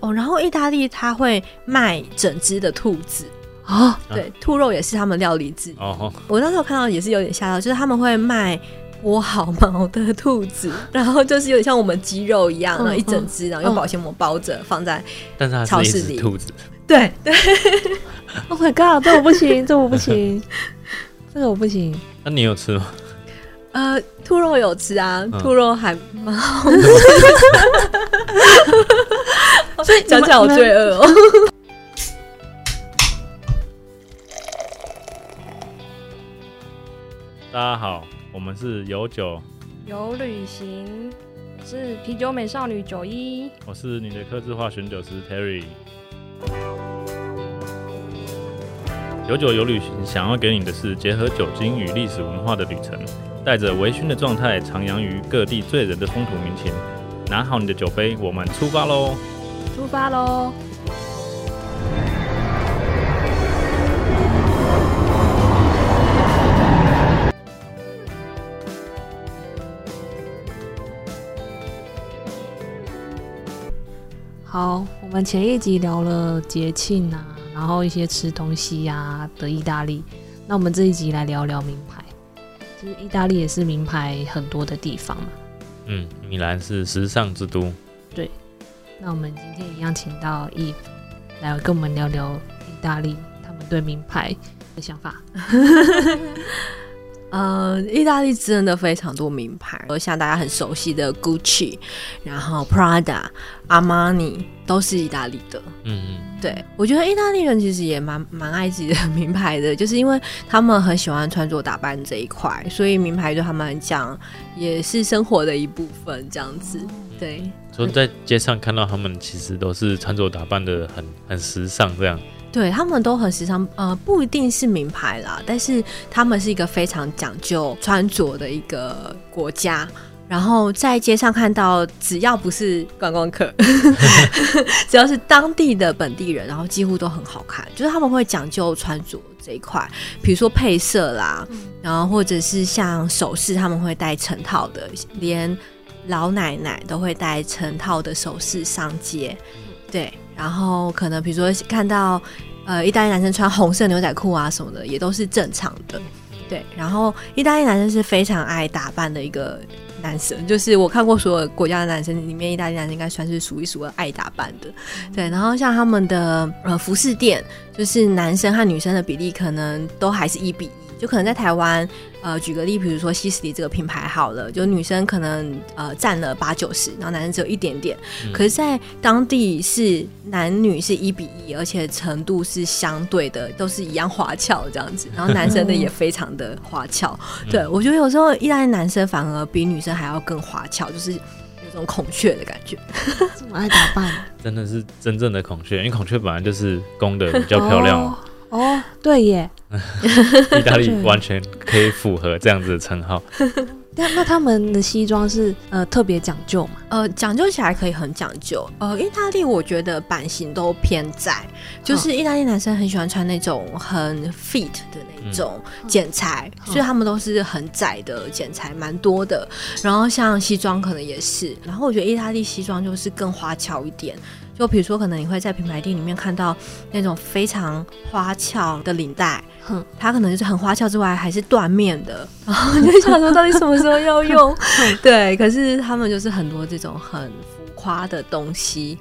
哦，然后意大利它会卖整只的兔子。啊，对，兔肉也是他们料理之一。哦吼，我那时候看到也是有点吓到，就是他们会卖剥好毛的兔子，然后就是有点像我们鸡肉一样，嗯然后一整只，然后用嗯保鲜膜包着放在。但是它超是市一只里兔子，对对， Oh my god，这我不行，这我不行，这个我不行。那你有吃吗？呃，兔肉有吃啊，嗯兔肉还蛮好 吃。所以你讲们起来我罪恶哦。大家好，我们是有酒，有旅行，我是啤酒美少女九一。我是你的客制化选酒师 Terry。有酒有旅行，想要给你的是结合酒精与历史文化的旅程，带着微醺的状态徜徉于各地醉人的风土民情。拿好你的酒杯，我们出发喽！出发喽！好，我们前一集聊了节庆啊，然后一些吃东西呀、的意大利。那我们这一集来聊聊名牌，就是意大利也是名牌很多的地方嘛。嗯，米兰是时尚之都，那我们今天一样请到 Eve 来跟我们聊聊意大利他们对名牌的想法。 呃，意大利真的非常多名牌，呃像大家很熟悉的 Gucci，然后 Prada、Armani 都是意大利的。嗯嗯，对，我觉得意大利人其实也蛮蛮爱自己的 名牌的，就是因为他们很喜欢穿着打扮这一块，所以名牌对他们来讲也是生活的一部分，这样子。对，所以在街上看到他们，其实都是穿着打扮的很很时尚这样。对他们都很时尚，呃，不一定是名牌啦，但是他们是一个非常讲究穿着的一个国家。然后在街上看到，只要不是观光客， 只要是当地的本地人，然后几乎都很好看。就是他们会讲究穿着这一块，比如说配色啦，然后或者是像首饰，他们会戴成套的，连老奶奶都会戴成套的首饰上街。对，然后可能比如说看到呃意大利男生穿红色牛仔裤啊什么的，也都是正常的。对，然后意大利男生是非常爱打扮的一个男生，就是我看过所有国家的男生里面，意大利男生应该算是数一数二爱打扮的。对，然后像他们的呃服饰店，就是男生和女生的比例可能都还是一比一，就可能在台湾。呃，举个例，比如说西斯里这个品牌好了，就女生可能呃占了八九十，然后男生只有一点点，可是，在当地是男女是一比一，而且程度是相对的，都是一样花俏这样子。然后男生的也非常的花俏，对我觉得有时候意大利男生反而比女生还要更花俏，就是有种孔雀的感觉。这么爱打扮，真的是真正的孔雀，因为孔雀本来就是公的 比较漂亮嘛，哦。哦，对耶。 意大利完全可以符合这样子的称哦号。那那他们的西装是呃特别讲究嘛？呃，讲究起来可以很讲究。呃，意大利我觉得版型都偏窄，嗯就是意大利男生很喜欢穿那种很 fit 的那种剪裁，嗯所以他们都是很窄的剪裁，蛮多的。然后像西装可能也是，然后我觉得意大利西装就是更花俏一点。就比如说，可能你会在品牌店里面看到那种非常花俏的领带，哼它可能就是很花俏之外，还是缎面的。 然后你就想说，到底什么时候要用？对，可是他们就是很多这种很浮夸的东西，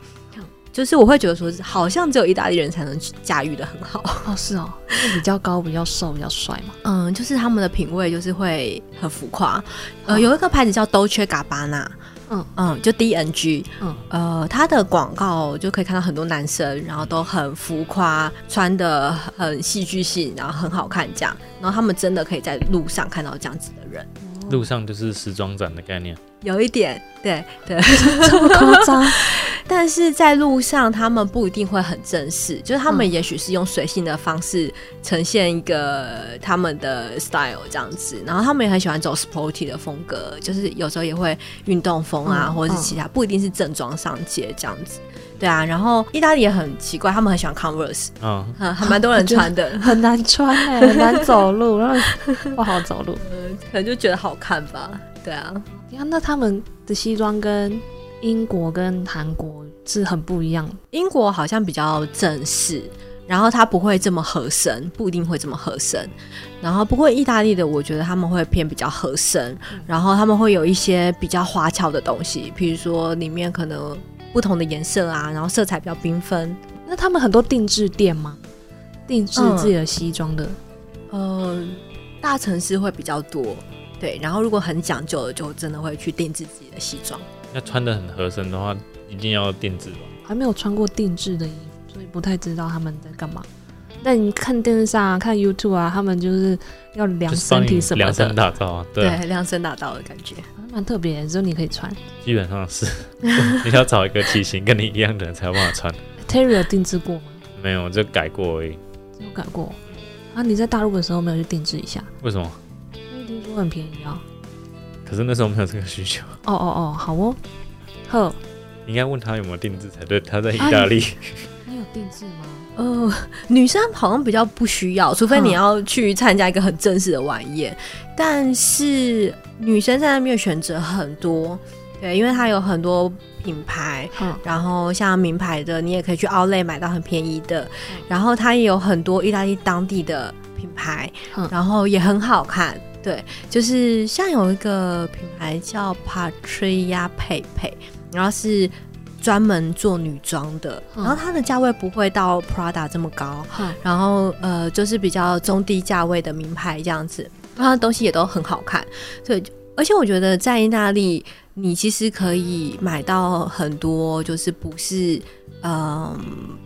就是我会觉得说，好像只有意大利人才能驾驭的很好。哦，是哦，因为比较高、比较瘦、比较帅 嘛。嗯，就是他们的品味就是会很浮夸。呃，有一个牌子叫 Dolce Gabbana。嗯嗯，就 DNG，嗯呃，它的广告就可以看到很多男生，然后都很浮夸，穿的很戏剧性，然后很好看这样，然后他们真的可以在路上看到这样子的人，路上就是时装展的概念，有一点，对对，这么夸张，但是在路上，他们不一定会很正式，就是他们嗯也许是用随性的方式呈现一个他们的 style 这样子，然后他们也很喜欢走 sporty 的风格，就是有时候也会运动风啊，嗯或者是其他，不一定是正装上街这样子。对啊，然后意大利也很奇怪，他们很喜欢 Converse，嗯，嗯，还蛮多 人穿的，很难穿哎、 很难走路，然后不好走路。可能就觉得好看吧。对啊，呀，那他们的西装跟英国跟韩国是很不一样的。英国好像比较正式，然后它不会这么和声，不一定会这么和声。然后不过意大利的，我觉得他们会偏比较和声，嗯然后他们会有一些比较花俏的东西，比如说里面可能不同的颜色啊，然后色彩比较缤纷。那他们很多定制店吗？定制嗯自己的西装的，呃，大城市会比较多，对。然后如果很讲究的，就真的会去定制自己的西装。要穿的很合身的话，一定要定制吧。还没有穿过定制的衣服，所以不太知道他们在干嘛。但你看电视上、啊、看 YouTube 啊，他们就是要量就是帮身你体什么量的身，打造啊，对啊，量身打造的感觉。啊蛮特别的，只有你可以穿。基本上是 你要找一个体型跟你一样的人才有办法穿。 Terry 有定制过吗？没有，就改过而已。有改过啊？你在大陆的时候没有去定制一下？为什么？因为听说很便宜啊。可是那时候没有这个需求，哦哦哦，好哦。呵，应该问他有没有定制才对。他在意大利，你有定制吗？呃，女生好像比较不需要，除非你要去参加一个很正式的晚宴。但是女生在那边的选择很多，对，因为它有很多品牌，嗯，然后像名牌的，你也可以去 Outlet 买到很便宜的，嗯然后它也有很多意大利当地的品牌，嗯然后也很好看。对，就是像有一个品牌叫 Patria 佩佩，然后是专门做女装的，嗯然后它的价位不会到 Prada 这么高，好，然后呃就是比较中低价位的名牌这样子，它的东西也都很好看，对，而且我觉得在意大利，你其实可以买到很多就是不是嗯、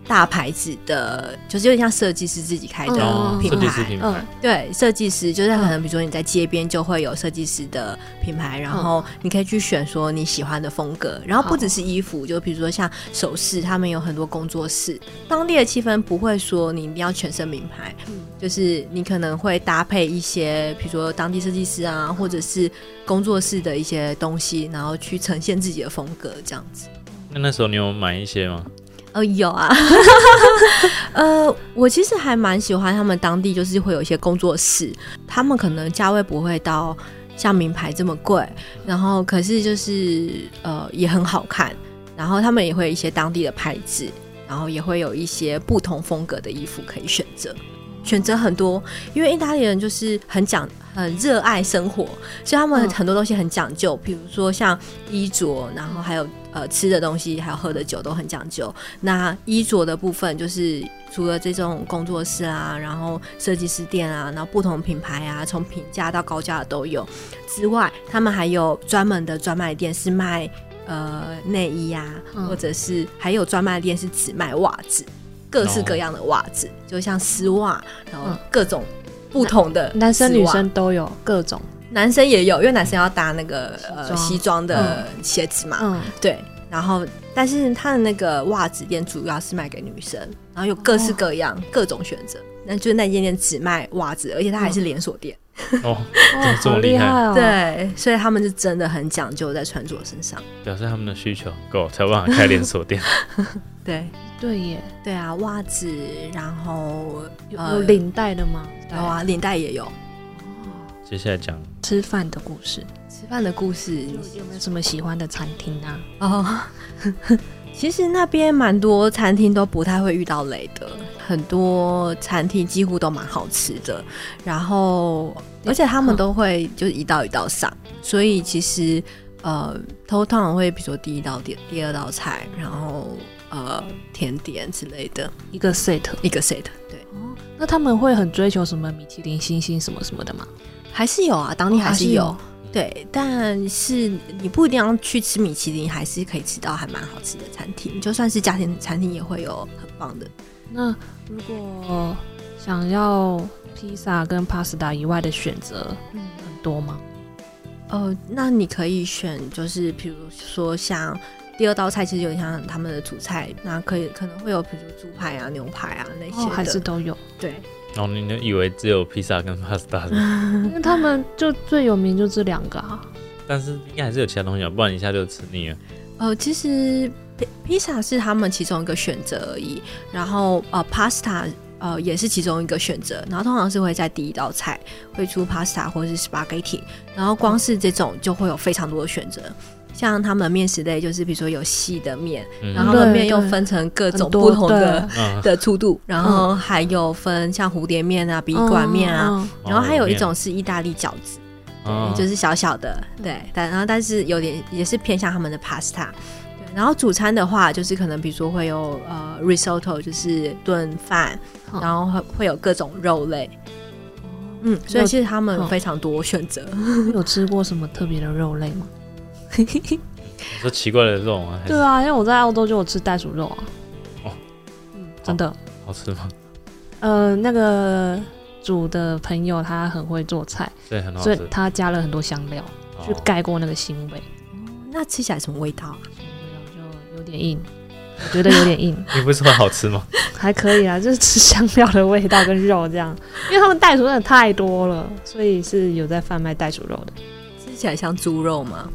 大牌子的，就是有点像设计师自己开的哦嗯品设计牌，师品牌嗯，对，设计师就是可能，嗯比如说你在街边就会有设计师的品牌，然后你可以去选说你喜欢的风格，然后不只是衣服，就比如说像首饰，他们有很多工作室，当地的气氛不会说你一定要全身名牌，嗯就是你可能会搭配一些，比如说当地设计师啊，或者是工作室的一些东西，然后去呈现自己的风格这样子。那那时候你有买一些 吗？呃，有啊， 呃，我其实还蛮喜欢他们当地，就是会有一些工作室，他们可能价位不会到像名牌这么贵，然后可是就是呃也很好看，然后他们也会有一些当地的牌子，然后也会有一些不同风格的衣服可以选择。选择很多，因为意大利人就是很讲、很热爱生活，所以他们嗯很多东西很讲究，比如说像衣着，然后还有呃吃的东西，还有喝的酒都很讲究。那衣着的部分，就是除了这种工作室啊，然后设计师店啊，然后不同品牌啊，从平价到高价的都有之外，他们还有专门的专卖店是卖呃内衣啊，嗯或者是还有专卖店是只卖袜子，各式各样的袜子，就像丝袜，然后嗯各种不同的男生丝袜女生都有各种。男生也有，因为男生要搭那个呃西装西装的鞋子嘛，嗯，对，然后但是他的那个袜子店主要是卖给女生，然后有各式各样、各种选择。那就是那间店只卖袜子，而且它还是连锁店，哦，哦这么好厉厉害害哦。，对，所以他们是真的很讲究在穿着身上。表示他们的需求很够，才有办法开连锁店。 对，对耶，对啊，袜子，然后有呃有领带的吗？哦有啊，领带也有。接下来讲吃饭的故事，吃饭的故事有没有什么喜欢的餐厅啊？哦， 其实那边蛮多餐厅都不太会遇到雷的，很多餐厅几乎都蛮好吃的，然后而且他们都会就是一道一道上，所以其实呃，通通常会比如说第一道点、第二道菜，然后呃甜点之类的一个 set。一个 set，对，哦，那他们会很追求什么米其林星星什么什么的吗？还是有啊，当嗯地还是有。对，但是你不一定要去吃米其林，还是可以吃到还蛮好吃的餐厅。就算是家庭餐厅，也会有很棒的那如果想要披萨跟 pasta 以外的选择，嗯很多吗？呃，那你可以选，就是比如说像第二道菜，其实有点像他们的主菜，那可以可能会有比如猪排啊、牛排啊那些的，哦，还是都有， 对，哦，你你以为只有披萨跟 pasta，的因为他们就最有名就这两个啊。但是应该还是有其他东西啊，不然一下就吃腻了。呃，其实披披萨是他们其中一个选择而已，然后呃，pasta 呃也是其中一个选择，然后通常是会在第一道菜会出 pasta 或是 spaghetti，然后光是这种就会有非常多的选择。像他们面食类就是比如说有细的面，嗯然后他们对面又对分成各很种多不同的对啊，的粗度，然后还有分像蝴蝶面啊、笔管面啊，嗯，嗯然后还有一哦面种是意大利饺子，啊就是小小的，对，但然后但是有点也是偏向他们的 pasta。对，然后主餐的话，就是可能比如说会有呃 risotto，就是炖饭，嗯然后会会有各种肉类。嗯，所以其实他们嗯非常多选择。你有吃过什么特别的肉类吗？你说奇怪的这种啊，还是对啊，因为我在澳洲就有吃袋鼠肉啊。哦嗯，真的。好吃吗？呃，那个煮的朋友他很会做菜，对，很好所以吃，他加了很多香料去哦盖过那个腥味，那吃起来什么味道啊？味道就有点硬，我觉得有点硬，你不是说好吃 吗？还可以啊，就是吃香料的味道跟肉这样。因为他们袋鼠真的太多了，所以是有在贩卖袋鼠肉的。吃起来像猪肉吗？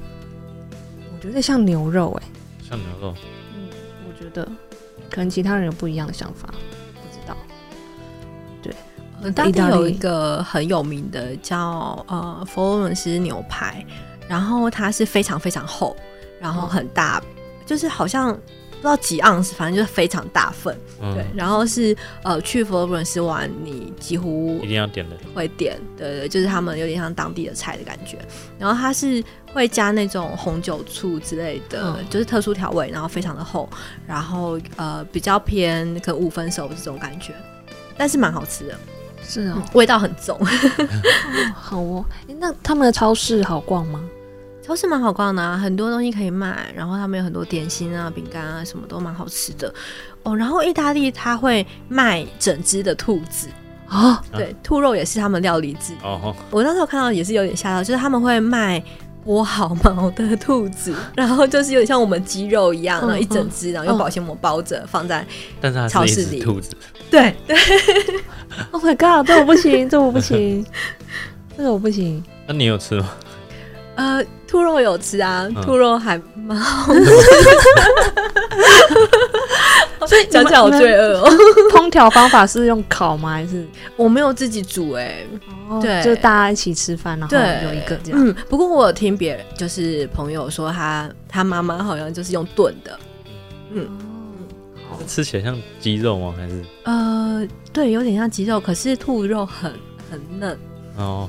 我觉得像牛肉哎、像牛肉，嗯，我觉得可能其他人有不一样的想法，不知道。呃当意地大利有一个很有名的叫呃佛罗伦斯牛排，然后它是非常非常厚，然后很大，嗯就是好像不知道几盎司，反正就是非常大份。对，嗯，然后是呃去佛罗伦斯玩，你几乎一定要点的，会点，对对，对就是他们有点像当地的菜的感觉。然后它是会加那种红酒醋之类的，嗯就是特殊调味，然后非常的厚，然后呃比较偏可能五分熟这种感觉，但是蛮好吃的，是哦，味道很重。好哦。诶那他们的超市好逛吗？超市蛮好逛的、啊，很多东西可以买，然后他们有很多点心啊、饼干啊，什么都蛮好吃的哦。然后意大利它会卖整只的兔子，啊，啊对，兔肉也是他们料理之一。哦吼，我那时候看到也是有点吓到，就是他们会卖剥好毛的兔子，然后就是有点像我们鸡肉一样，然嗯后一整只，然后用嗯保鲜膜包着放在。但是超它市是里一只兔子，对对， Oh my god！这我不行，这我不行， 这个我不行。那你有吃 吗？ 呃，兔肉有吃啊，嗯兔肉还蛮好所以吃，讲起来好罪恶哦。 烹调方法是用烤吗？还是我没有自己煮哎、对哦就大家一起吃饭，然后对，有一个 这样。嗯，不过我有听别人就是朋友说他，他妈妈好像就是用炖的。吃起来像鸡肉吗？还是呃，对，有点像鸡肉，可是兔肉很很嫩，哦，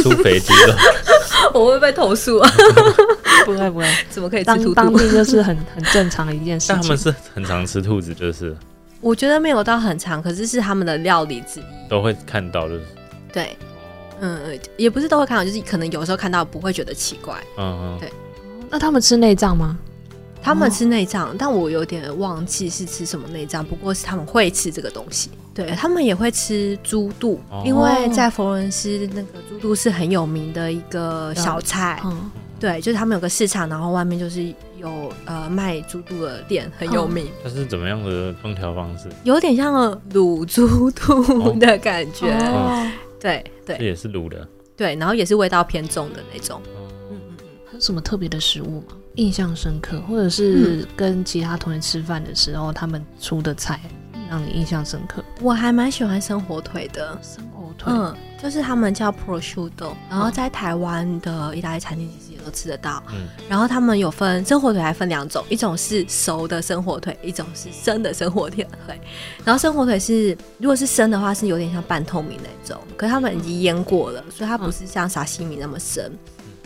酥肥鸡肉？ 我会被投诉啊！ 不会不会，怎么可以吃当兔当兔？地就是很 很正常的一件事但他情们。是很常吃兔子，就是我觉得没有到很长，可是是他们的料理之一。都会看到，就是对，嗯，也不是都会看到，就是可能有时候看到不会觉得奇怪。嗯嗯，那他们吃内脏吗？他哦们吃内脏，但我有点忘记是吃什么内脏，不过是他们会吃这个东西。对他们也会吃猪肚，哦因为在佛罗伦斯那个猪肚是很有名的一个小菜。嗯，对，就是他们有个市场，然后外面就是有呃卖猪肚的店，很有名，哦它是怎么样的烹调方式？有点像卤猪肚的感觉。哦，对这对也是卤的，对，然后也是味道偏重的那种。嗯嗯嗯嗯。还有什么特别的食物吗？印象深刻，或者嗯是跟其他同学吃饭的时候，他们出的菜让你印象深刻。我还蛮喜欢生火腿嗯的，生火腿，嗯，就是他们叫 prosciutto，然后在台湾的意大利餐厅其实也都吃得到。嗯然后他们有分生火腿，还分两种，一种是熟的生火腿，一种是生的生火腿。然后生火腿是，如果是生的话，是有点像半透明那种，可是他们已经腌过了，所以它不是像沙西米那么深，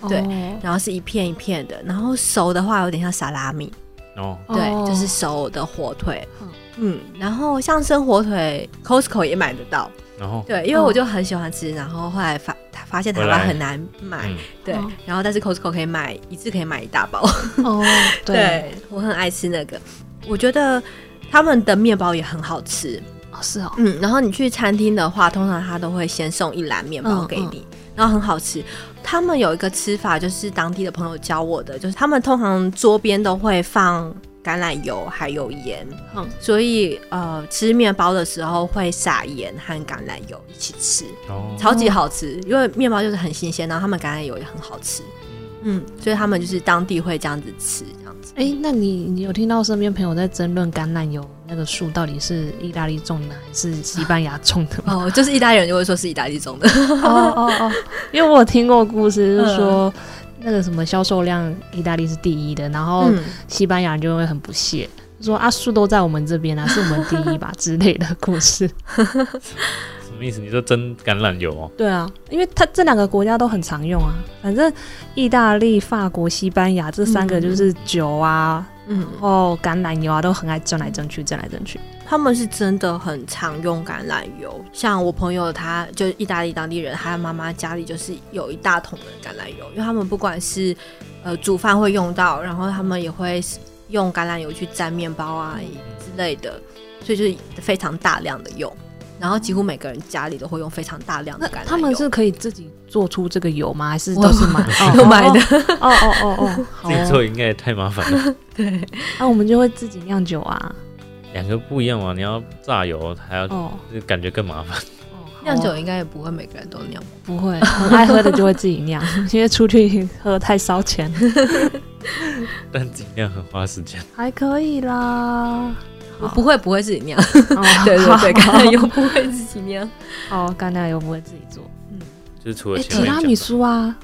对哦然后是一片一片的。然后熟的话，有点像沙拉米，哦，对，哦就是熟的火腿嗯。嗯，然后像生火腿，Costco 也买得到。然后对，因为我就很喜欢吃，然后后来发发现台回湾来很难买，嗯对嗯，然后但是 Costco 可以买一次可以买一大包， 哦， 对，我很爱吃那个，我觉得他们的面包也很好吃，哦是哦，嗯，然后你去餐厅的话，通常他都会先送一篮面包给你，然后很好吃。他们有一个吃法，就是当地的朋友教我的，就是他们通常桌边都会放橄榄油还有盐，嗯所以呃吃面包的时候会撒盐和橄榄油一起吃，哦，超级好吃。因为面包就是很新鲜，然后他们橄榄油也很好吃，嗯，所以他们就是当地会这样子吃，这样子。哎，那你你有听到身边朋友在争论橄榄油那个树到底是意大利种的还是西班牙种的吗？哦，就是 嗯意大利人就会说是意大利种的， 哦哦哦，因为我有听过故事，就是说、那个什么销售量，意大利是第一的，然后嗯西班牙人就会很不屑，就说啊树都在我们这边啊，是我们第 一吧之类的故事。什么意思？你说真橄榄油哦？对啊，因为它这两个国家都很常用啊，反正意大利、法国、西班牙这三个嗯就是酒啊，嗯，然后橄榄油啊，都很爱争来争去，争来争去。他们是真的很常用橄榄油，像我朋友他就是意大利当地人，他妈妈家里就是有一大桶的橄榄油，因为他们不管是呃煮饭会用到，然后他们也会用橄榄油去沾面包啊之类的，所以就是非常大量的用，然后几乎每个人家里都会用非常大量的那橄榄油。他们是可以自己做出这个油吗？还是都是 买？哦有买的，哦哦哦哦，好 自己哦。做应该也太麻烦了。对，啊那我们就会自己酿酒啊。两个不一样嘛，你要榨油还要，哦，就感觉更麻烦。 哦好哦酿酒应该也不会每个人都酿。不会， 很爱喝的就会自己酿， 因为出去喝太烧钱。但尽量很花时间。 还可以啦。 我不会，不会自己酿。哦哦 对对 对，橄榄油好不会自己酿。哦，橄榄油不会自己做。就是除了哎，前提面讲拉的米苏啊，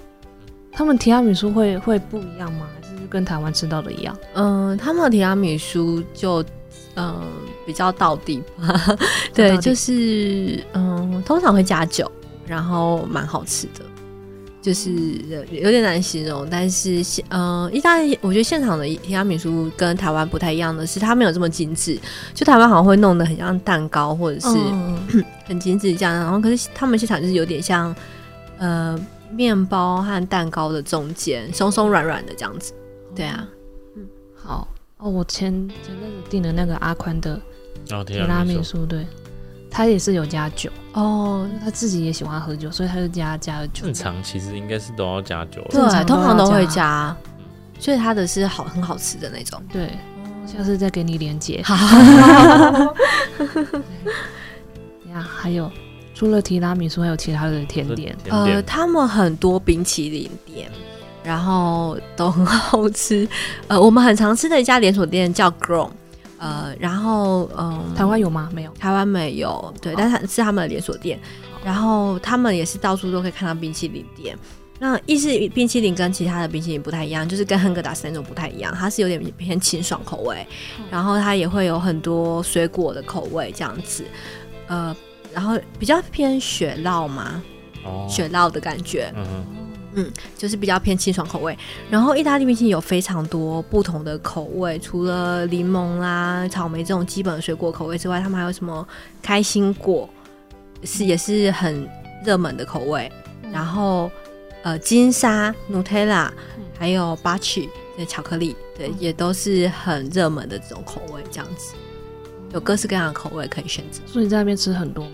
他们提拉米苏会会不一样吗？还是跟台湾吃到的一样？嗯，他们的提拉米苏就嗯比较到底吧， 到对，底就是嗯通常会加酒，然后蛮好吃的，就是呃有点难形容，但是现嗯意大利我觉得现场的提拉米苏跟台湾不太一样的是，它没有这么精致，就台湾好像会弄得很像蛋糕或者是 嗯很精致这样，然后可是他们现场就是有点像呃面包和蛋糕的中间松松软软的这样子，对啊。嗯好哦，我前前阵子订了那个阿宽的然哦后提提拉拉米米苏，苏，对，他也是有加酒，哦，他自己也喜欢喝酒，所以他就加加了酒正。常其实应该是都要加酒的。对正常，都通常要都会加加，哦所以它的是好很好吃的那种。对，下次再给你连接。好， 呀，还有除了提拉米苏，还有其他的甜就是点。甜呃，点他们很多冰淇淋店，然后都很好吃。呃，我们很常吃的一家连锁店叫 Grom，呃，然后嗯，台湾有吗？没有。台湾没有，对，但是是他们的连锁店，然后他们也是到处都可以看到冰淇淋店。那意式冰淇淋跟其他的冰淇淋不太一样，就是跟亨格达斯那种不太一样，它是有点偏清爽口味，然后它也会有很多水果的口味这样子，呃，然后比较偏雪酪嘛，哦，雪酪的感觉，嗯哼，就是比较偏清爽口味。然后意大利冰淇淋有非常多不同的口味，除了柠檬啦、草莓这种基本的水果口味之外，他们还有什么开心果，是也是很热门的口味。然后呃，金沙、Nutella，嗯还有 b a c h i 的巧克力，对，嗯也都是很热门的这种口味，这样子。有各式各样的口味可以选择，所以你在那边吃很多吗？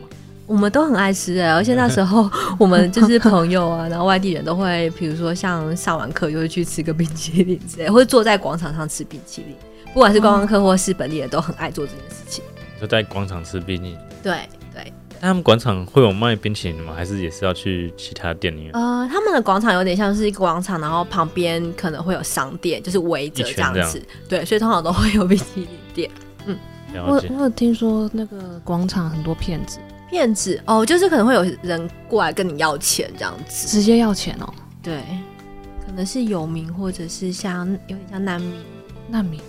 我们都很爱吃哎、而且那时 候我们就是朋友啊，然后外地人都会，比如说像上完课就会去吃个冰淇淋之 类，或者坐在广场上吃冰淇淋，不管是观光客或是本地人都很爱做这件事情。就在广场吃冰淇淋。对对，那他们广场会有卖冰淇淋吗？还是也是要去其他店里面？呃，他们的广场有点像是一个广场，然后旁边可能会有商店，就是围着一圈这样子。对，所以通常都会有冰淇淋店。我了解有。我有听说那个广场很多骗子，骗子哦，就是可能会有人过来跟你要钱这样子。直接要钱哦，对，可能是游民或者是像有点像难民。难民。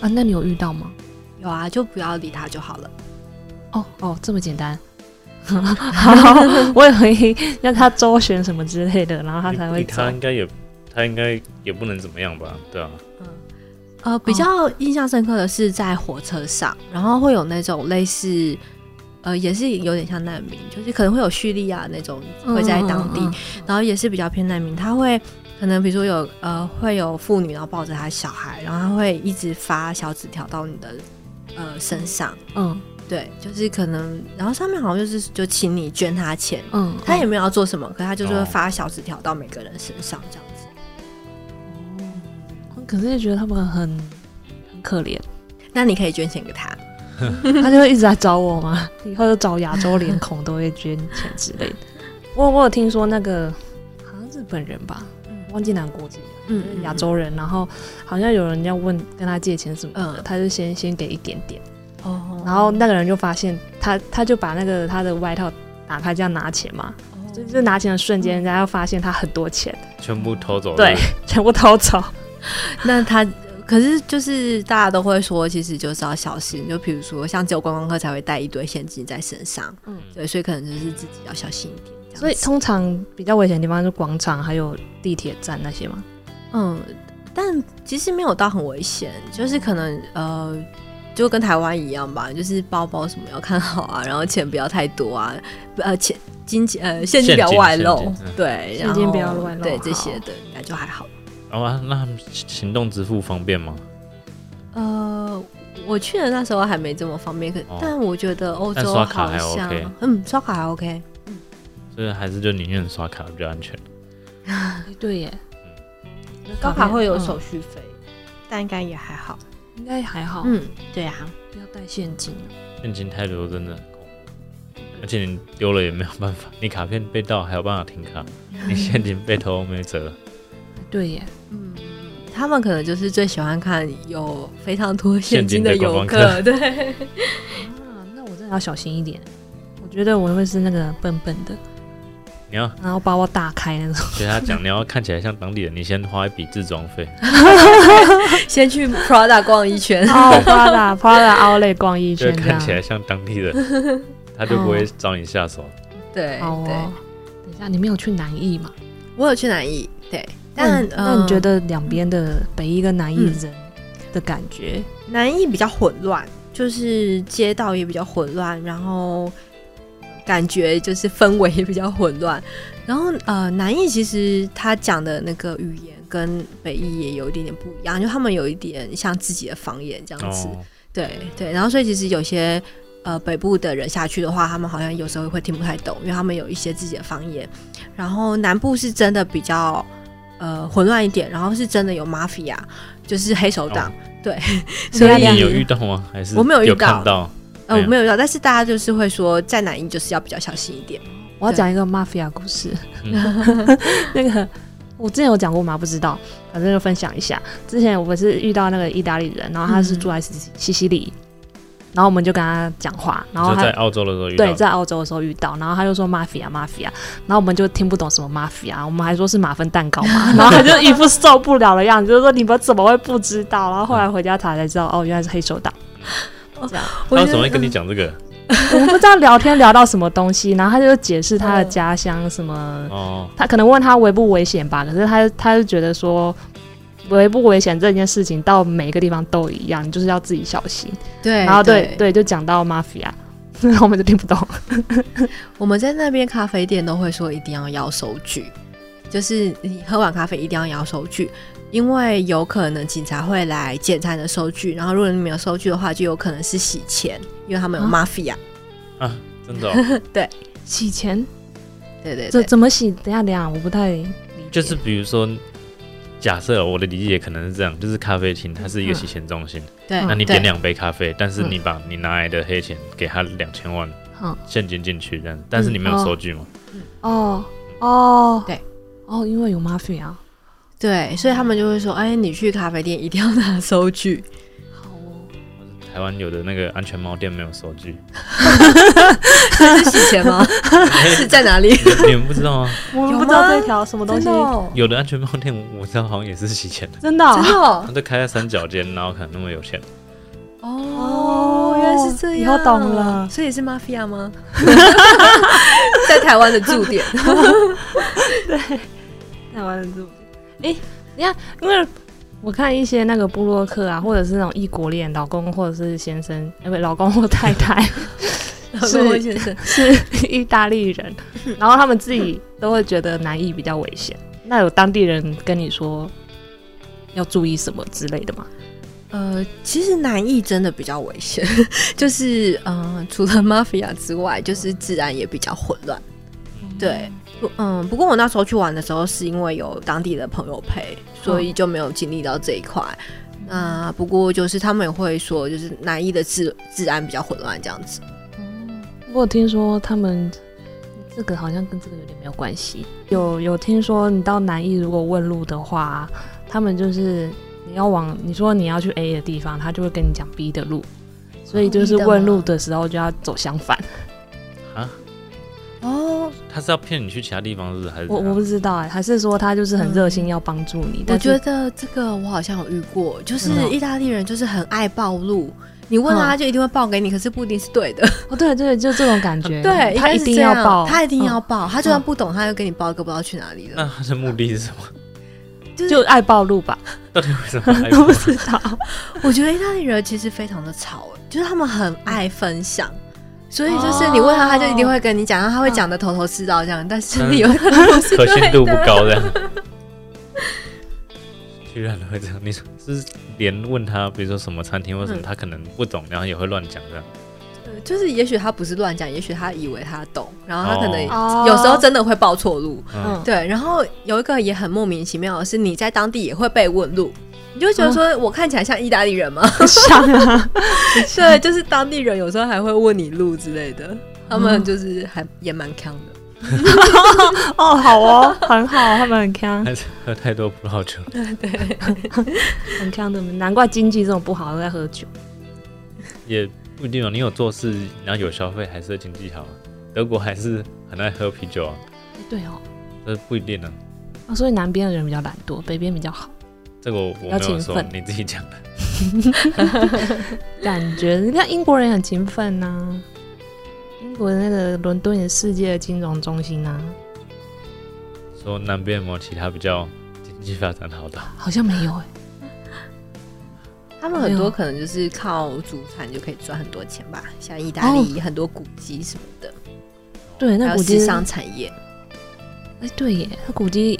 啊，那你有遇到吗？有啊，就不要理他就好了。哦哦，这么简单。 好， 我以为让他周旋什么之类的，然后他才你会你走他。应该也，他应该也不能怎么样吧？对啊，呃，比较印象深刻的是在火车上，然后会有那种类似，呃，也是有点像难民，就是可能会有叙利亚那种会在当地，嗯嗯嗯然后也是比较偏难民，他会可能比如说有呃会有妇女然后抱着她小孩，然后他会一直发小纸条到你的呃身上，嗯对，就是可能，然后上面好像就是就请你捐他钱，嗯，他也没有要做什么，可他就是会哦发小纸条到每个人身上这样子。嗯可是就觉得他们很很可怜，那你可以捐钱给他， 他就会一直来找我嘛，以后就找亚洲脸孔都会捐钱之类的。我我有听说那个好像日本人吧，忘记哪个国籍了，嗯就是亚洲人，然后好像有人要问跟他借钱什么的，嗯他就先先给一点点，哦然后那个人就发现他他就把那个他的外套打开这样拿钱嘛，就就拿钱的瞬间，人家要发现他很多钱， 全部偷走。对，全部偷走。那他可是就是大家都会说，其实就是要小心。就比如说，像只有观光客才会带一堆现金在身上，嗯嗯，对，所以可能就是自己要小心一点。这样子所以通常比较危险的地方就是广场还有地铁站那些嘛。嗯，但其实没有到很危险，就是可能呃，就跟台湾一样吧，就是包包什么要看好啊，然后钱不要太多啊，呃，钱金钱呃现金不要外露现金嗯，对，现金然后不要外露对好这些的应该就还好。然后、啊、那他们行动支付方便吗？呃，我去的那时候还没这么方便，可、哦但我觉得欧但洲刷卡好还 OK 像，嗯，刷卡还 OK。所以还是就宁愿刷卡比较安全。哎对耶，刷卡会有手嗯续费，但应该也还好。应该还好，嗯，对啊，不要带现金。现金太多真的很恐怖，而且你丢了也没有办法，你卡片被盗还有办法停 卡，你现金被偷没辙。对耶，嗯，他们可能就是最喜欢看有非常多现金现金的游观光客，对，啊，那我真的要小心一点。我觉得我会是那个笨笨的，你要然后包包大开 那种。学他讲，你要看起来像当地人，你先花一笔自装 费。 先去 Prada 逛一圈。哦，Prada Prada Outlet 逛一就圈这看样起。来像当地人，他就哦不会找你下手。 对、好对，哦，等一下，你没有去南艺嘛？我有去南艺，对，但那你那你觉呃得两边的北艺跟南艺嗯人的感觉？南艺比较混乱，就是街道也比较混乱，然后感觉就是氛围也比较混乱。然后呃，南艺其实他讲的那个语言跟北艺也有一点点不一样，就他们有一点像自己的方言这样子。哦，对对，然后所以其实有些呃北部的人下去的话，他们好像有时候会听不太懂，因为他们有一些自己的方言。然后南部是真的比较呃混乱一点，然后是真的有 mafia，就是黑手党。哦对，所所以以那你有遇到吗？还是我没有遇到看到？呃我嗯没有遇到，但是大家就是会说在南营就是要比较小心一点。我要讲一个 mafia 故事，嗯 那个我之前有讲过吗？不知道，反正就分享一下。之前我们是遇到那个意大利人，然后他是住在西西西里，然后我们就跟他讲话，然后就他在澳洲的时候遇到对的，在澳洲的时候遇到，然后他就说 mafia mafia，然后我们就听不懂什么 mafia，我们还说是马芬蛋糕嘛， 然后他就一副受不了的样子，就说你们怎么会不知道？然后后来回家查才知道，哦，原来是黑手党。这样，我他觉为什么会得跟你讲这个？我们不知道聊天聊到什么东西，然后他就解释他的家乡什么哦，他可能问他危不危险吧，可是他他就觉得说危不危险这件事情到每个地方都一样，你就是要自己小心。嗯对，然后哦对对，就讲到 mafia，我 们就听不懂。我们在那边咖啡店都会说一定要摇手举，就是你喝完咖啡一定要摇手举，因为有可能警察会来检查你的收据，然后如果你没有收据的话，就有可能是洗钱，因为他们有啊 mafia、真的哦，洗钱对对怎对，怎么洗？等一下等一下，我不太理解就是比如说。假设哦我的理解可能是这样，就是咖啡厅它是一个洗钱中心，对，那你嗯对点两杯咖啡，但是嗯你把你拿来的黑钱给他两千万嗯现金进去，但但是嗯你没有哦收据嘛？哦哦对哦，因为有啊 mafia。对，所以他们就会说，哎，你去咖啡店一定要拿收据，好哦，台湾有的那个安全帽店没有收据， 这是洗钱吗？ 是在哪里？你你们不知道吗？我有吗们不知道这条什么东西，真的哦有的安全帽店我知道好像也是洗钱的，真的哦真的哦他就开在三角间，然后可能那么有钱，哦，原来是这样，以后懂了所以是 mafia 吗？在台湾的驻点，台湾人住。哦 哎、你看，因为我看一些那个部落客啊，或者是那种异国恋，老公或者是先生，哎、不，老公或太 太是郭先生。是意大利人，然后他们自己都会觉得南艺比较危险。那有当地人跟你说要注意什么之类的吗？呃，其实南艺真的比较危险， 就是呃，除了 mafia 之外，就是治安也比较混乱。对，不嗯，不过我那时候去玩的时候，是因为有当地的朋友陪，所以就没有经历到这一块。那、不过就是他们也会说，就是南艺的治治安比较混乱这样子。我有听说他们这个好像跟这个有点没有关系。有有听说你到南艺如果问路的话，他们就是你要往你说你要去 A 的地方，他就会跟你讲 B 的路，所以就是问路的时候就要走相反。啊，哦，他是要骗你去其他地方，是不是？还是我我不知道哎、还是说他就是很热心要帮助你？我但是觉得这个我好像有遇过，就是嗯意大利人就是很爱暴露，你问他嗯他就一定会报给你，可是不一定是对的。哦，对对，就这种感觉， 对，他应该一是定这要样报，他一定要嗯报，他就算不懂，他又给你报一个不知道去哪里那了。他的目的是什么？嗯就爱暴露 吧，到底为什么 还不知道。我觉得意大利人其实非常的吵，欸就是他们很嗯爱分享。所以哦就是你问他，他就一定会跟你讲，然后他会讲的头头是道这样，但是嗯你又 不是可信度不对的高这样？居然会这样？你说是连问他，比如说什么餐厅或什么，嗯他可能不懂，然后也会乱讲这样。对就是也许他不是乱讲，也许他以为他懂，然后他可能哦有时候真的会报错路。 嗯，对，然后有一个也很莫名其妙的是，你在当地也会被问路，你就会觉得说我看起来像意大利人吗？像啊，对，就是当地人有时候还会问你路之类的，他们就是还也蛮强的。哦，好哦，很好，他们很强，还是喝太多葡萄酒了。很强的，难怪经济这种不好都在喝酒。也不一定哦。你有做事，然后有消费，还是经济好啊。德国还是很爱喝啤酒啊，对哦，这不一定啊。啊，所以南边的人比较懒惰，北边比较好，这个我我没要有勤说奋，你自己讲的。感觉人家英国人很勤奋呐、啊英国的那个伦敦也是世界的金融中心啊呐、说南边有没有其他比较经济发展好的？好像没有哎、他们很多可能就是靠主产就可以赚很多钱吧，像意大利很多古迹什么的，对，那还有古迹时是尚产业。哎、对耶，它古迹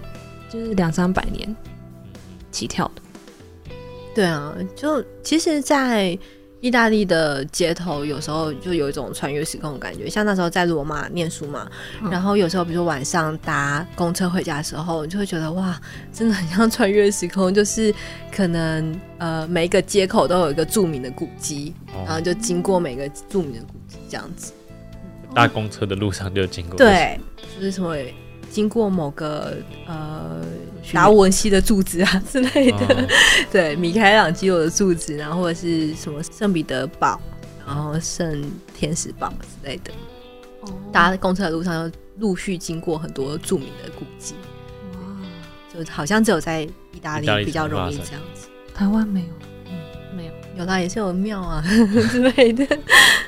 就是两三百年起跳的。对啊，就其实，在意大利的街头，有时候就有一种穿越时空的感觉。像那时候在罗马念书嘛，嗯然后有时候比如说晚上搭公车回家的时候，你就会觉得哇，真的很像穿越时空。就是可能呃，每一个街口都有一个著名的古迹，然后呃哦，就经过每个著名的古迹这样子。搭公车的路上就经过。，嗯对，就是什么经过某个呃达文西的柱子啊之类的。哦对，米开朗基罗的柱子，然后或者是什么圣彼得堡，然后圣天使堡之类的。哦搭公车的路上，又陆续经过很多著名的古迹，哇，就好像只有在意大意大利利比较才会容易发生这样子。台湾没有，嗯，没有。有啦，也是有庙啊 之类的。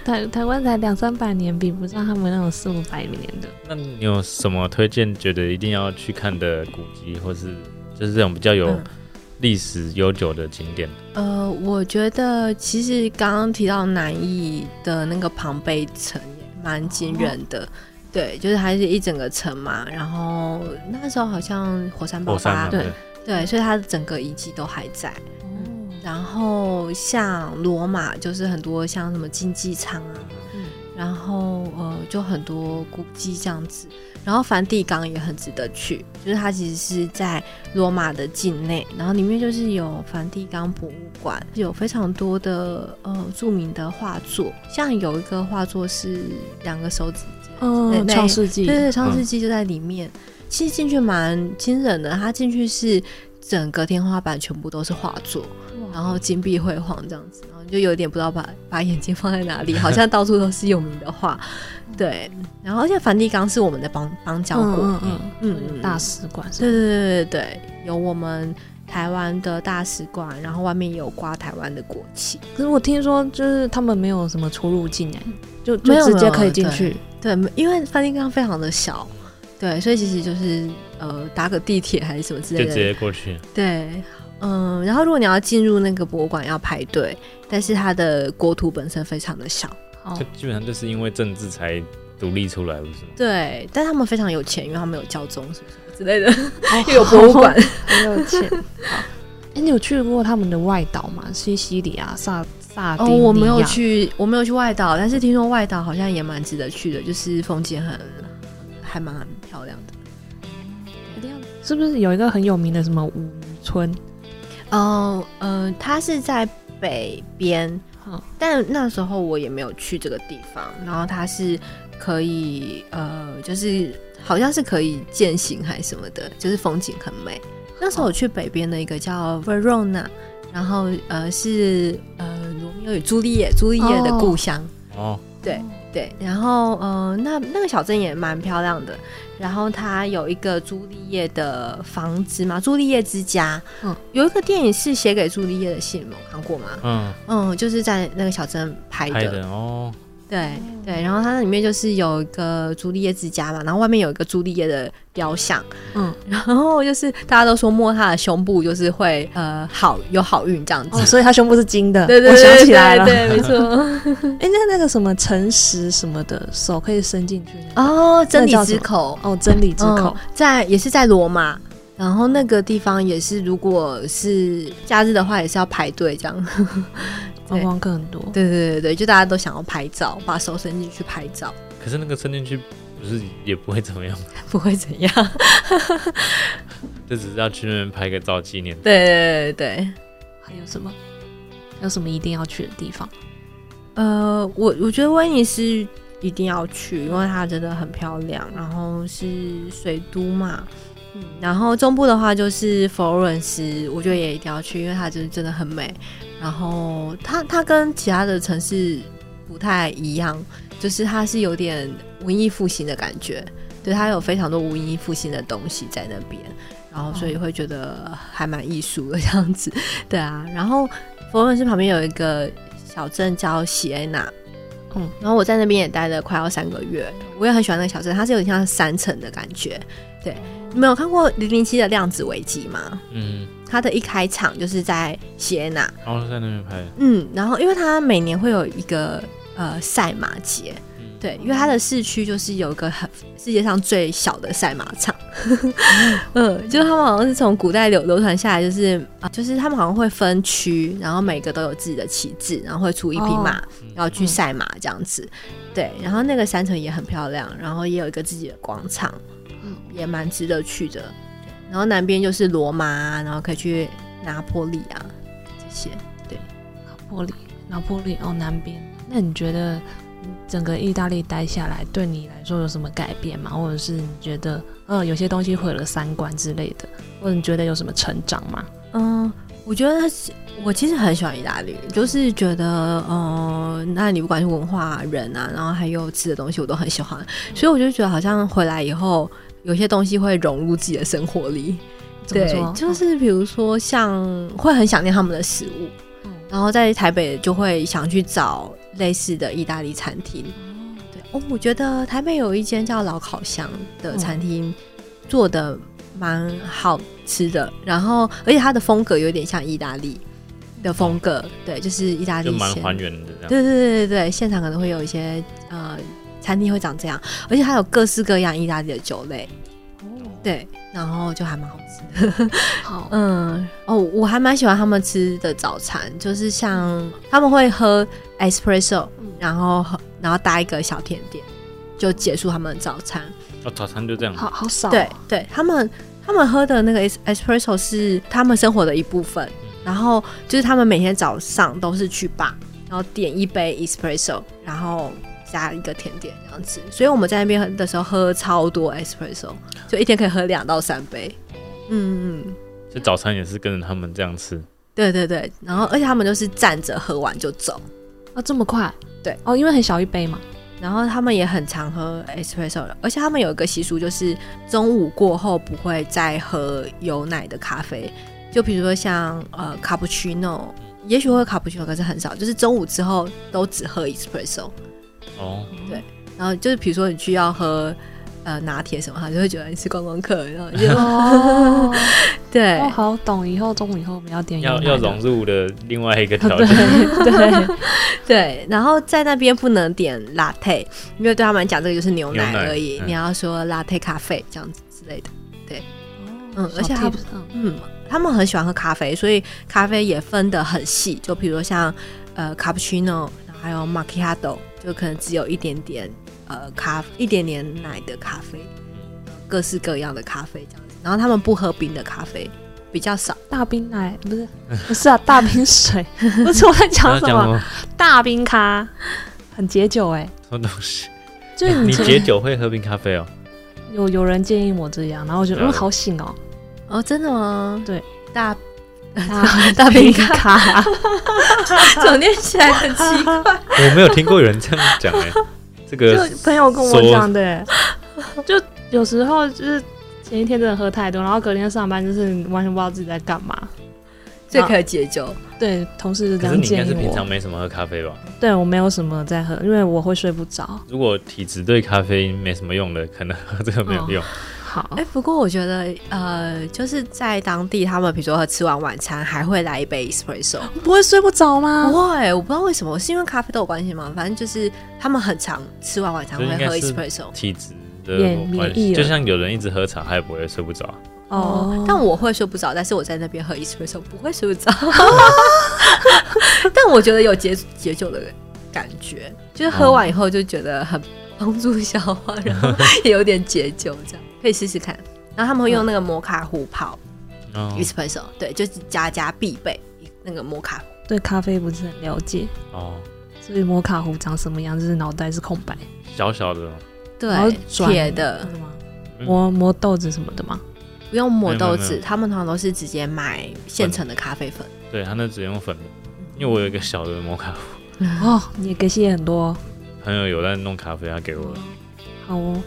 台台湾才两三百年，比不上他们那种四五百年的。那你有什么推荐？觉得一定要去看的古迹，或是就是这种比较有嗯历史悠久的景点？呃，我觉得其实刚刚提到南艺的那个庞贝城也蛮惊人的，对，就是它是一整个城嘛，然后那时候好像火山爆火山啊发，嘛，对对，所以它的整个遗迹都还在。哦，然后像罗马，就是很多像什么竞技场啊，嗯然后呃，就很多古迹这样子。然后梵蒂冈也很值得去，就是它其实是在罗马的境内，然后里面就是有梵蒂冈博物馆，有非常多的呃著名的画作，像有一个画作是两个手指尖，嗯，那创世纪，对对，创世纪就在里面。其实进去蛮惊人的，它进去是整个天花板全部都是画作，然后金碧辉煌这样子，然后就有点不知道把把眼睛放在哪里，好像到处都是有名的画。对，然后而且梵蒂冈是我们的邦邦交国，嗯嗯嗯嗯，大使馆对是吧对对对对，有我们台湾的大使馆，然后外面也有挂台湾的国旗。可是我听说，就是他们没有什么出入境哎，就就没有直接没有可以进去。对，因为梵蒂冈非常的小，对，所以其实就是呃搭个地铁还是什么之就类直的，接过去。对，嗯，然后如果你要进入那个博物馆要排队，但是它的国土本身非常的小，好就，基本上就是因为政治才独立出来，不是吗？对，但他们非常有钱，因为他们有教宗什么什么之类 的，又又，有博物 馆，很有钱。好， 哎，你有去过他们的外岛吗？西西里啊，萨萨丁哦，尼亚我没有，去，我没有去外岛，但是听说外岛好像也蛮值得去的，就是风景很还蛮漂亮的。一定要是不是有一个很有名的什么五渔村？哦，嗯，它是在北边，好，但那时候我也没有去这个地方，然后它是可以呃，就是好像是可以践行还是什么的，就是风景很美。那时候我去北边的一个叫 Verona，然后呃是呃罗密欧与朱丽叶，朱丽叶的故乡，哦，对，对，然后呃，那那个小镇也蛮漂亮的，然后它有一个朱丽叶的房子嘛，朱丽叶之家，嗯嗯，有一个电影是写给朱丽叶的信嘛，看过吗？嗯，嗯，就是在那个小镇拍的，拍的哦，对对，然后它那里面就是有一个朱丽叶之家嘛，然后外面有一个朱丽叶的雕像， 嗯，然后就是大家都说摸她的胸部就是会呃好有好运这样子，哦，所以他胸部是金的，对对对，我对哦想起来了。对，对没错。 哎、那那个什么诚实什么的，手可以伸进去那个。哦，真理叫什之么口，哦，真理之口嗯，在也是在罗马，然后那个地方也是，如果是假日的话，也是要排队这样。 观对光客很多。对对对对，就大家都想要拍照，把手伸进去拍照， 可是那个伸进去不是也不会怎 么样，不会怎样。 就只是要去那边拍个照纪念。对对对对对，还有什么？还有什么一定要去的地方？呃，我我觉得威尼斯一定要去，因为它真的很漂亮，然后是水都嘛。嗯，然后中部的话就是佛罗伦斯，我觉得也一定要去，因为它就是真的很美。然后它它跟其他的城市不太一样，就是它是有点文艺复兴的感觉，对，它有非常多文艺复兴的东西在那边，然后所以会觉得还蛮艺术的这样子，对啊。然后佛罗伦斯旁边有一个小镇叫喜埃纳，嗯嗯，然后我在那边也待了快要三个月，我也很喜欢那个小镇，它是有点像三层的感觉，对。你们有看过《零零七》的量子危机吗？嗯，它的一开场就是在喜埃纳，然后在那边拍，嗯，然后因为它每年会有一个呃赛马节，嗯，对，因为它的市区就是有一个很世界上最小的赛马场， 嗯，就是他们好像是从古代流流传下来，就是、啊就是他们好像会分区，然后每个都有自己的旗帜，然后会出一匹马，嗯然后去赛马这样子。对，然后那个山城也很漂亮，然后也有一个自己的广场，嗯，也蛮值得去的。对然后南边就是罗马啊，然后可以去拿坡里啊这些。拿破里，拿破里哦，南边。那你觉得嗯整个意大利待下来，对你来说有什么改变吗？或者是你觉得，呃，有些东西毁了三观之类的，或者你觉得有什么成长吗？嗯，我觉得是我其实很喜欢意大利，就是觉得，呃，那里不管是文化、人啊，然后还有吃的东西，我都很喜欢，所以我就觉得好像回来以后，有些东西会融入自己的生活里。怎么对说，就是比如说像会很想念他们的食物，嗯然后在台北就会想去找类似的意大利餐厅。对哦，我觉得台北有一间叫老烤箱的餐厅，做的蛮好吃的，然后而且它的风格有点像意大利的风格，对，就是意大哦就利蛮先还原的这样。对对对对对，现场可能会有一些呃餐厅会长这样，而且它有各式各样意大利的酒类，对，然后就还蛮好吃的。好，嗯，哦，我还蛮喜欢他们吃的早餐，就是像他们会喝 espresso，然后喝然后搭一个小甜点，就结束他们的早餐。哦，早餐就这样。好好少、哦对，对，他们他们喝的那个 es- espresso 是他们生活的一部分，然后就是他们每天早上都是去吧，然后点一杯 espresso，然后加一个甜点这样子。所以我们在那边的时候喝超多 espresso，就一天可以喝两到三杯。嗯嗯。嗯所以早餐也是跟着他们这样吃。对对对，然后而且他们就是站着喝完就走，啊，这么快？对，哦，因为很小一杯嘛。然后他们也很常喝 espresso，而且他们有一个习俗就是中午过后不会再喝有奶的咖啡，就比如说像呃卡布奇诺，也许会有卡布奇诺，可是很少，就是中午之后都只喝 espresso，哦，然后就是比如说你去要喝。呃，拿铁什么，他就会觉得你是观光客，然后就哦，对、我好懂，以后中午以后我们要点要牛奶要了融入的另外一哦个条对件。对，对， 然后在那边不能点 latte，因为对他们来讲这个就是牛奶牛奶而已，嗯你要说 latte 咖啡这样子之类的。嗯而且小它 tips，嗯嗯，他们很喜欢喝咖啡，所以咖啡也分得很细，就比如说像呃 cappuccino，然后还有 macchiato，就可能只有一点点呃咖一点点奶的咖啡，各式各样的咖啡这样子。然后他们不喝冰的咖啡，比较少。大冰奶不是不是啊，大冰水 不是我在讲那什这样么？吗？大冰咖很解酒哎、什么东西？就是你你前解酒会喝冰咖啡哦？有有人建议我这样，然后我觉得对嗯好醒哦，哦，真的吗？对，大 大大冰咖 咖， 总念起来很奇怪。 啊我没有听过有人这样讲哎，这就个朋友跟我说讲的欸，就有时候就是前一天真的喝太多，然后隔天上班就是完全不知道自己在干嘛。最可以解救。对，同事就这可是样你应该建是议平常我。没什么喝咖啡吧？对我没有什么在喝，因为我会睡不着。如果体质对咖啡因没什么用的，可能喝这个没有用。好哎、，不过我觉得，呃，就是在当地，他们比如说吃完晚餐还会来一杯 espresso，不会睡不着吗不？会，我不知道为什么，是因为咖啡豆有关系吗？反正就是他们很常吃完晚餐这应会该喝是 espresso。体质的免关免系，疫就了像有人一直喝茶，他也不会睡不着。哦哦，，但我会睡不着，但是我在那边喝 espresso 不会睡不 着， 但我觉得有解解酒的感觉，就是喝完以后就觉得很帮助消化，然后 也有点解酒，这样可以试试看。然后他们会用那个摩卡壶泡哦 espresso，对，就是家家必备那个摩卡壶。对咖啡不是很了解，哦，所以摩卡壶长什么样，就是脑袋是空白，小小的然后对，转铁的是吗？嗯磨磨豆子什么的吗？不用磨没有没豆有没子，有他们通常都是直接买现成的咖啡粉。对他那只用粉的，因为我有一个小的摩卡壶，哦，你给谢很多哦。朋友有在弄咖啡，他给我了。好哦。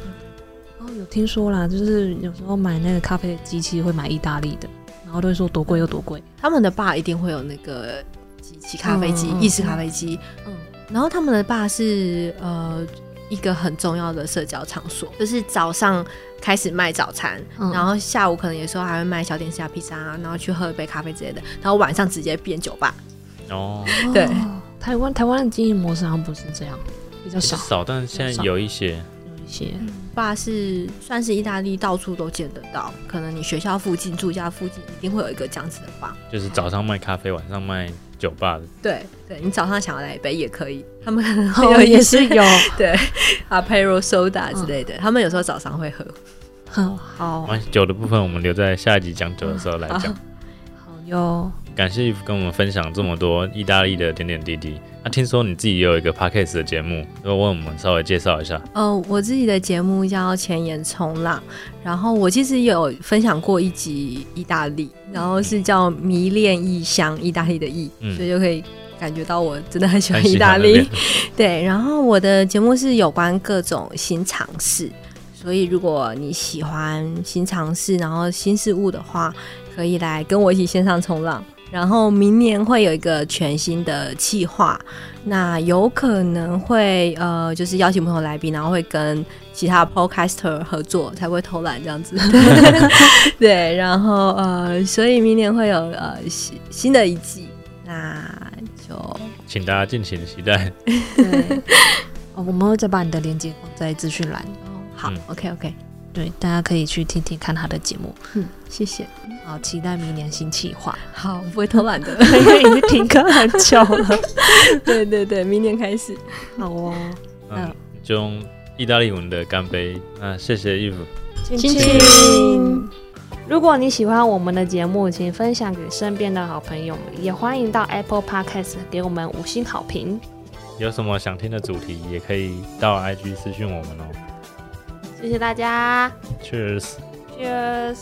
哦，有听说啦，就是有时候买那个咖啡机器会买意大利的，然后都会说多贵又多贵。他们的爸一定会有那个机器咖啡机嗯，嗯意式咖啡机。嗯，然后他们的爸是呃一个很重要的社交场所，就是早上开始卖早餐，嗯然后下午可能有时候还会卖小点心啊、披萨啊，然后去喝一杯咖啡之类的，然后晚上直接变酒吧。哦，对哦台湾台湾的经营模式好像不是这样，比较少少，但是现在少有一些，有一些。爸是算是意大利到处都见得到，可能你学校附近、住家附近一定会有一个这样子的吧。就是早上卖咖啡，晚上卖酒吧的。对，对你早上想要来一杯也可以，他们可 能会哦， 有一也些是有，啊 p e r o soda 之类的，他们有时候早上会喝。好好关于酒的部分，我们留在下一集讲酒的时候来讲。好哟。感谢 Eve 跟我们分享这么多意大利的点点滴滴。那、听说你自己也有一个 podcast 的节目，要为我们稍微介绍一下。呃，我自己的节目叫《前沿冲浪》，然后我其实有分享过一集意大利，然后是叫《迷恋异乡》，意大利的异，嗯所以就可以感觉到我真的很喜欢很意喜大欢那利边。对，然后我的节目是有关各种新尝试，所以如果你喜欢新尝试，然后新事物的话，可以来跟我一起线上冲浪。然后明年会有一个全新的计划，那有可能会呃，就是邀请不同来宾，然后会跟其他 podcaster 合作，才不会偷懒这样子。对，然后呃，所以明年会有呃新新的一季，那就哦请大家敬请期待。对， 哦，我们会再把你的链接放在资讯栏，好、嗯 o k OK，对，大家可以去听听看他的节目。嗯，谢谢。好，期待明年新企 划， 好，我不会偷懒的。因为已经停更很久了。 对对对，明年开始。好哦，嗯嗯，就用意大利文的干杯。那谢谢 Eve。亲亲亲。如果你喜欢我们的节目，请分享给身边的好朋友们，也欢迎到 Apple Podcast 给我们五星好评。有什么想听的主题，也可以到 IG 私讯我们哦。谢谢大家 Cheers。 ，Cheers。